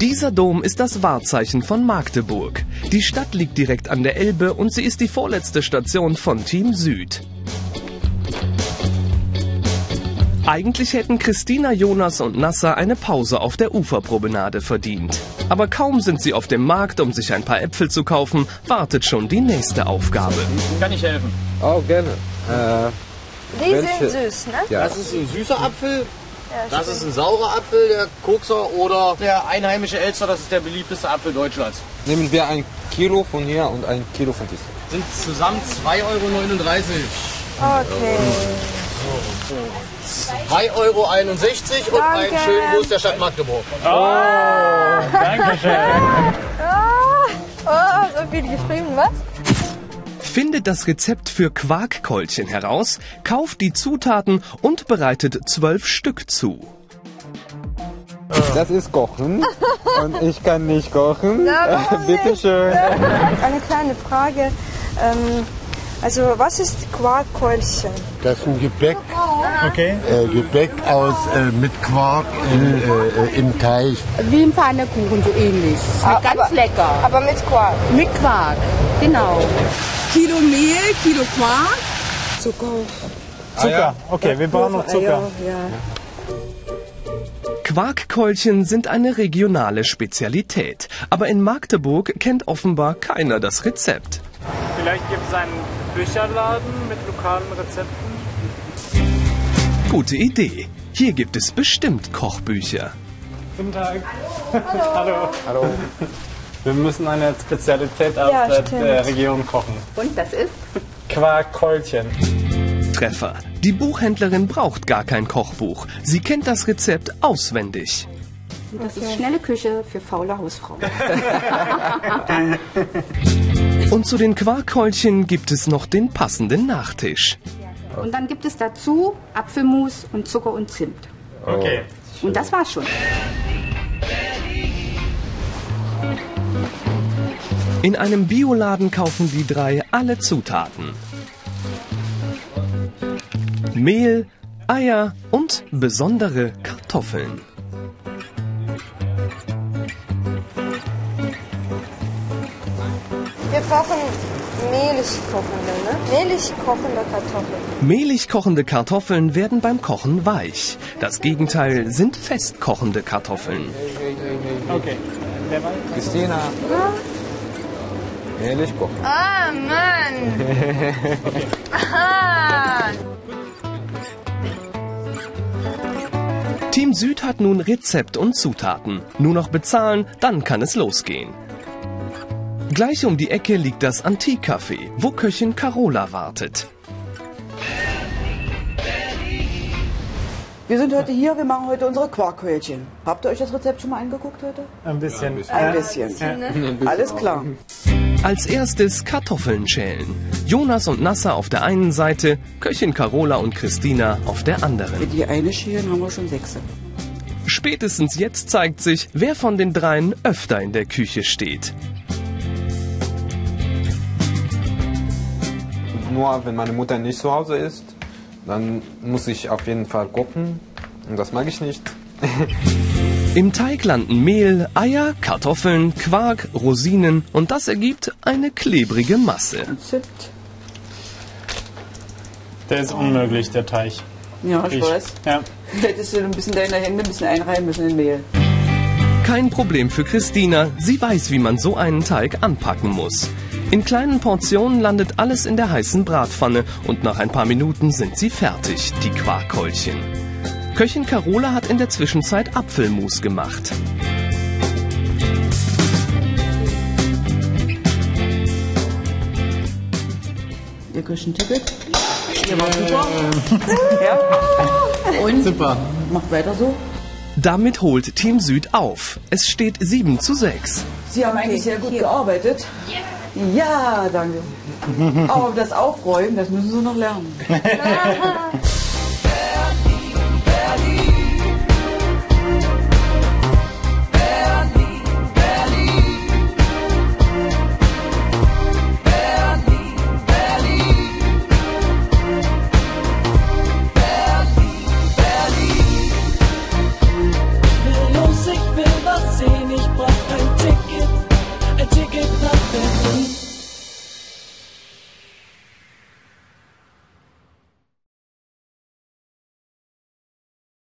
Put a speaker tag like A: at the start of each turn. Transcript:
A: Dieser Dom ist das Wahrzeichen von Magdeburg. Die Stadt liegt direkt an der Elbe und sie ist die vorletzte Station von Team Süd. Eigentlich hätten Christina, Jonas und Nasser eine Pause auf der Uferpromenade verdient. Aber kaum sind sie auf dem Markt, um sich ein paar Äpfel zu kaufen, wartet schon die nächste Aufgabe.
B: Kann ich helfen?
C: Oh, gerne. Äh,
D: Die
C: Welche?
D: sind süß, ne?
C: ja.
B: Das ist ein süßer Apfel. Das ist ein saurer Apfel, der Kokser oder der einheimische Elster, das ist der beliebteste Apfel Deutschlands.
C: Nehmen wir ein Kilo von hier und ein Kilo von diesem.
B: Sind zusammen 2,39 Euro.
D: Okay.
B: 3,61 Euro und einen
D: Danke.
B: schönen Gruß der Stadt Magdeburg.
D: Ah, oh, so viel geschrieben, was?
A: Findet das Rezept für Quarkkeulchen heraus, kauft die Zutaten und bereitet zwölf Stück zu.
C: Das ist Kochen und ich kann nicht kochen.
D: Na, warum
C: Äh, Bitte
D: nicht?
C: schön.
D: Eine kleine Frage. Ähm, also, was ist Quarkkeulchen?
E: Das ist ein Gebäck. Äh, Gebäck aus äh, mit Quark in, äh, äh, im Teig.
F: Wie im Pfannekuchen, so ähnlich. Schmeckt ganz lecker.
D: Aber mit Quark.
F: Mit Quark, genau. Kilo Mehl, Kilo Quark.
D: Zucker.
G: Zucker. Okay, wir brauchen noch Zucker.
D: ja.
A: Quarkkeulchen sind eine regionale Spezialität, aber in Magdeburg kennt offenbar keiner das Rezept.
G: Vielleicht gibt es einen Bücherladen mit lokalen Rezepten.
A: Gute Idee. Hier gibt es bestimmt Kochbücher.
G: Guten Tag. Hallo. Hallo. Wir müssen eine Spezialität aus
D: Ja,
G: der,
D: stimmt.
G: der Region kochen.
F: Und das ist?
G: Quarkkeulchen.
A: Treffer. Die Buchhändlerin braucht gar kein Kochbuch. Sie kennt das Rezept auswendig.
F: Das ist schnelle Küche für faule Hausfrauen.
A: Und zu den Quarkkeulchen gibt es noch den passenden Nachtisch.
F: Und dann gibt es dazu Apfelmus und Zucker und Zimt.
G: Okay.
F: Und das war's schon.
A: In einem Bioladen kaufen die drei alle Zutaten. Mehl, Eier und besondere Kartoffeln.
D: Wir brauchen mehlig kochende, ne? Mehlig kochende Kartoffeln.
A: Mehlig kochende Kartoffeln werden beim Kochen weich. Das Gegenteil sind fest kochende Kartoffeln.
G: Okay. Wer weiß?
C: Christina. Ehrlich kochen.
D: Ah, Mann! ah.
A: Team Süd hat nun Rezept und Zutaten. Nur noch bezahlen, dann kann es losgehen. Gleich um die Ecke liegt das Antikcafé, wo Köchin Carola wartet.
H: Wir sind heute hier, wir machen heute unsere Quarkhölchen. Habt ihr euch das Rezept schon mal angeguckt heute?
G: Ein bisschen.
H: Ein bisschen. Alles klar.
A: Als erstes Kartoffeln schälen. Jonas und Nasser auf der einen Seite, Köchin Carola und Christina auf der anderen.
H: Die eine Schälen haben wir schon sechs.
A: Spätestens jetzt zeigt sich, wer von den dreien öfter in der Küche steht.
C: Nur wenn meine Mutter nicht zu Hause ist, dann muss ich auf jeden Fall kochen. Und das mag ich nicht.
A: Im Teig landen Mehl, Eier, Kartoffeln, Quark, Rosinen und das ergibt eine klebrige Masse.
H: Zimt.
G: Der ist unmöglich, der Teich.
H: Ja, ich, weiß.
G: Ja.
H: Hättest du ein bisschen deine Hände ein bisschen einreiben müssen in Mehl.
A: Kein Problem für Christina, sie weiß, wie man so einen Teig anpacken muss. In kleinen Portionen landet alles in der heißen Bratpfanne und nach ein paar Minuten sind sie fertig, die Quarkkeulchen. Köchin Carola hat in der Zwischenzeit Apfelmus gemacht.
H: Ihr Küchenticket. Ihr war super. ja. Und super. Macht weiter so.
A: Damit holt Team Süd auf. Es steht 7 zu 6.
H: Sie haben eigentlich sehr gut gearbeitet. Ja, danke. Aber das Aufräumen, das müssen Sie noch lernen.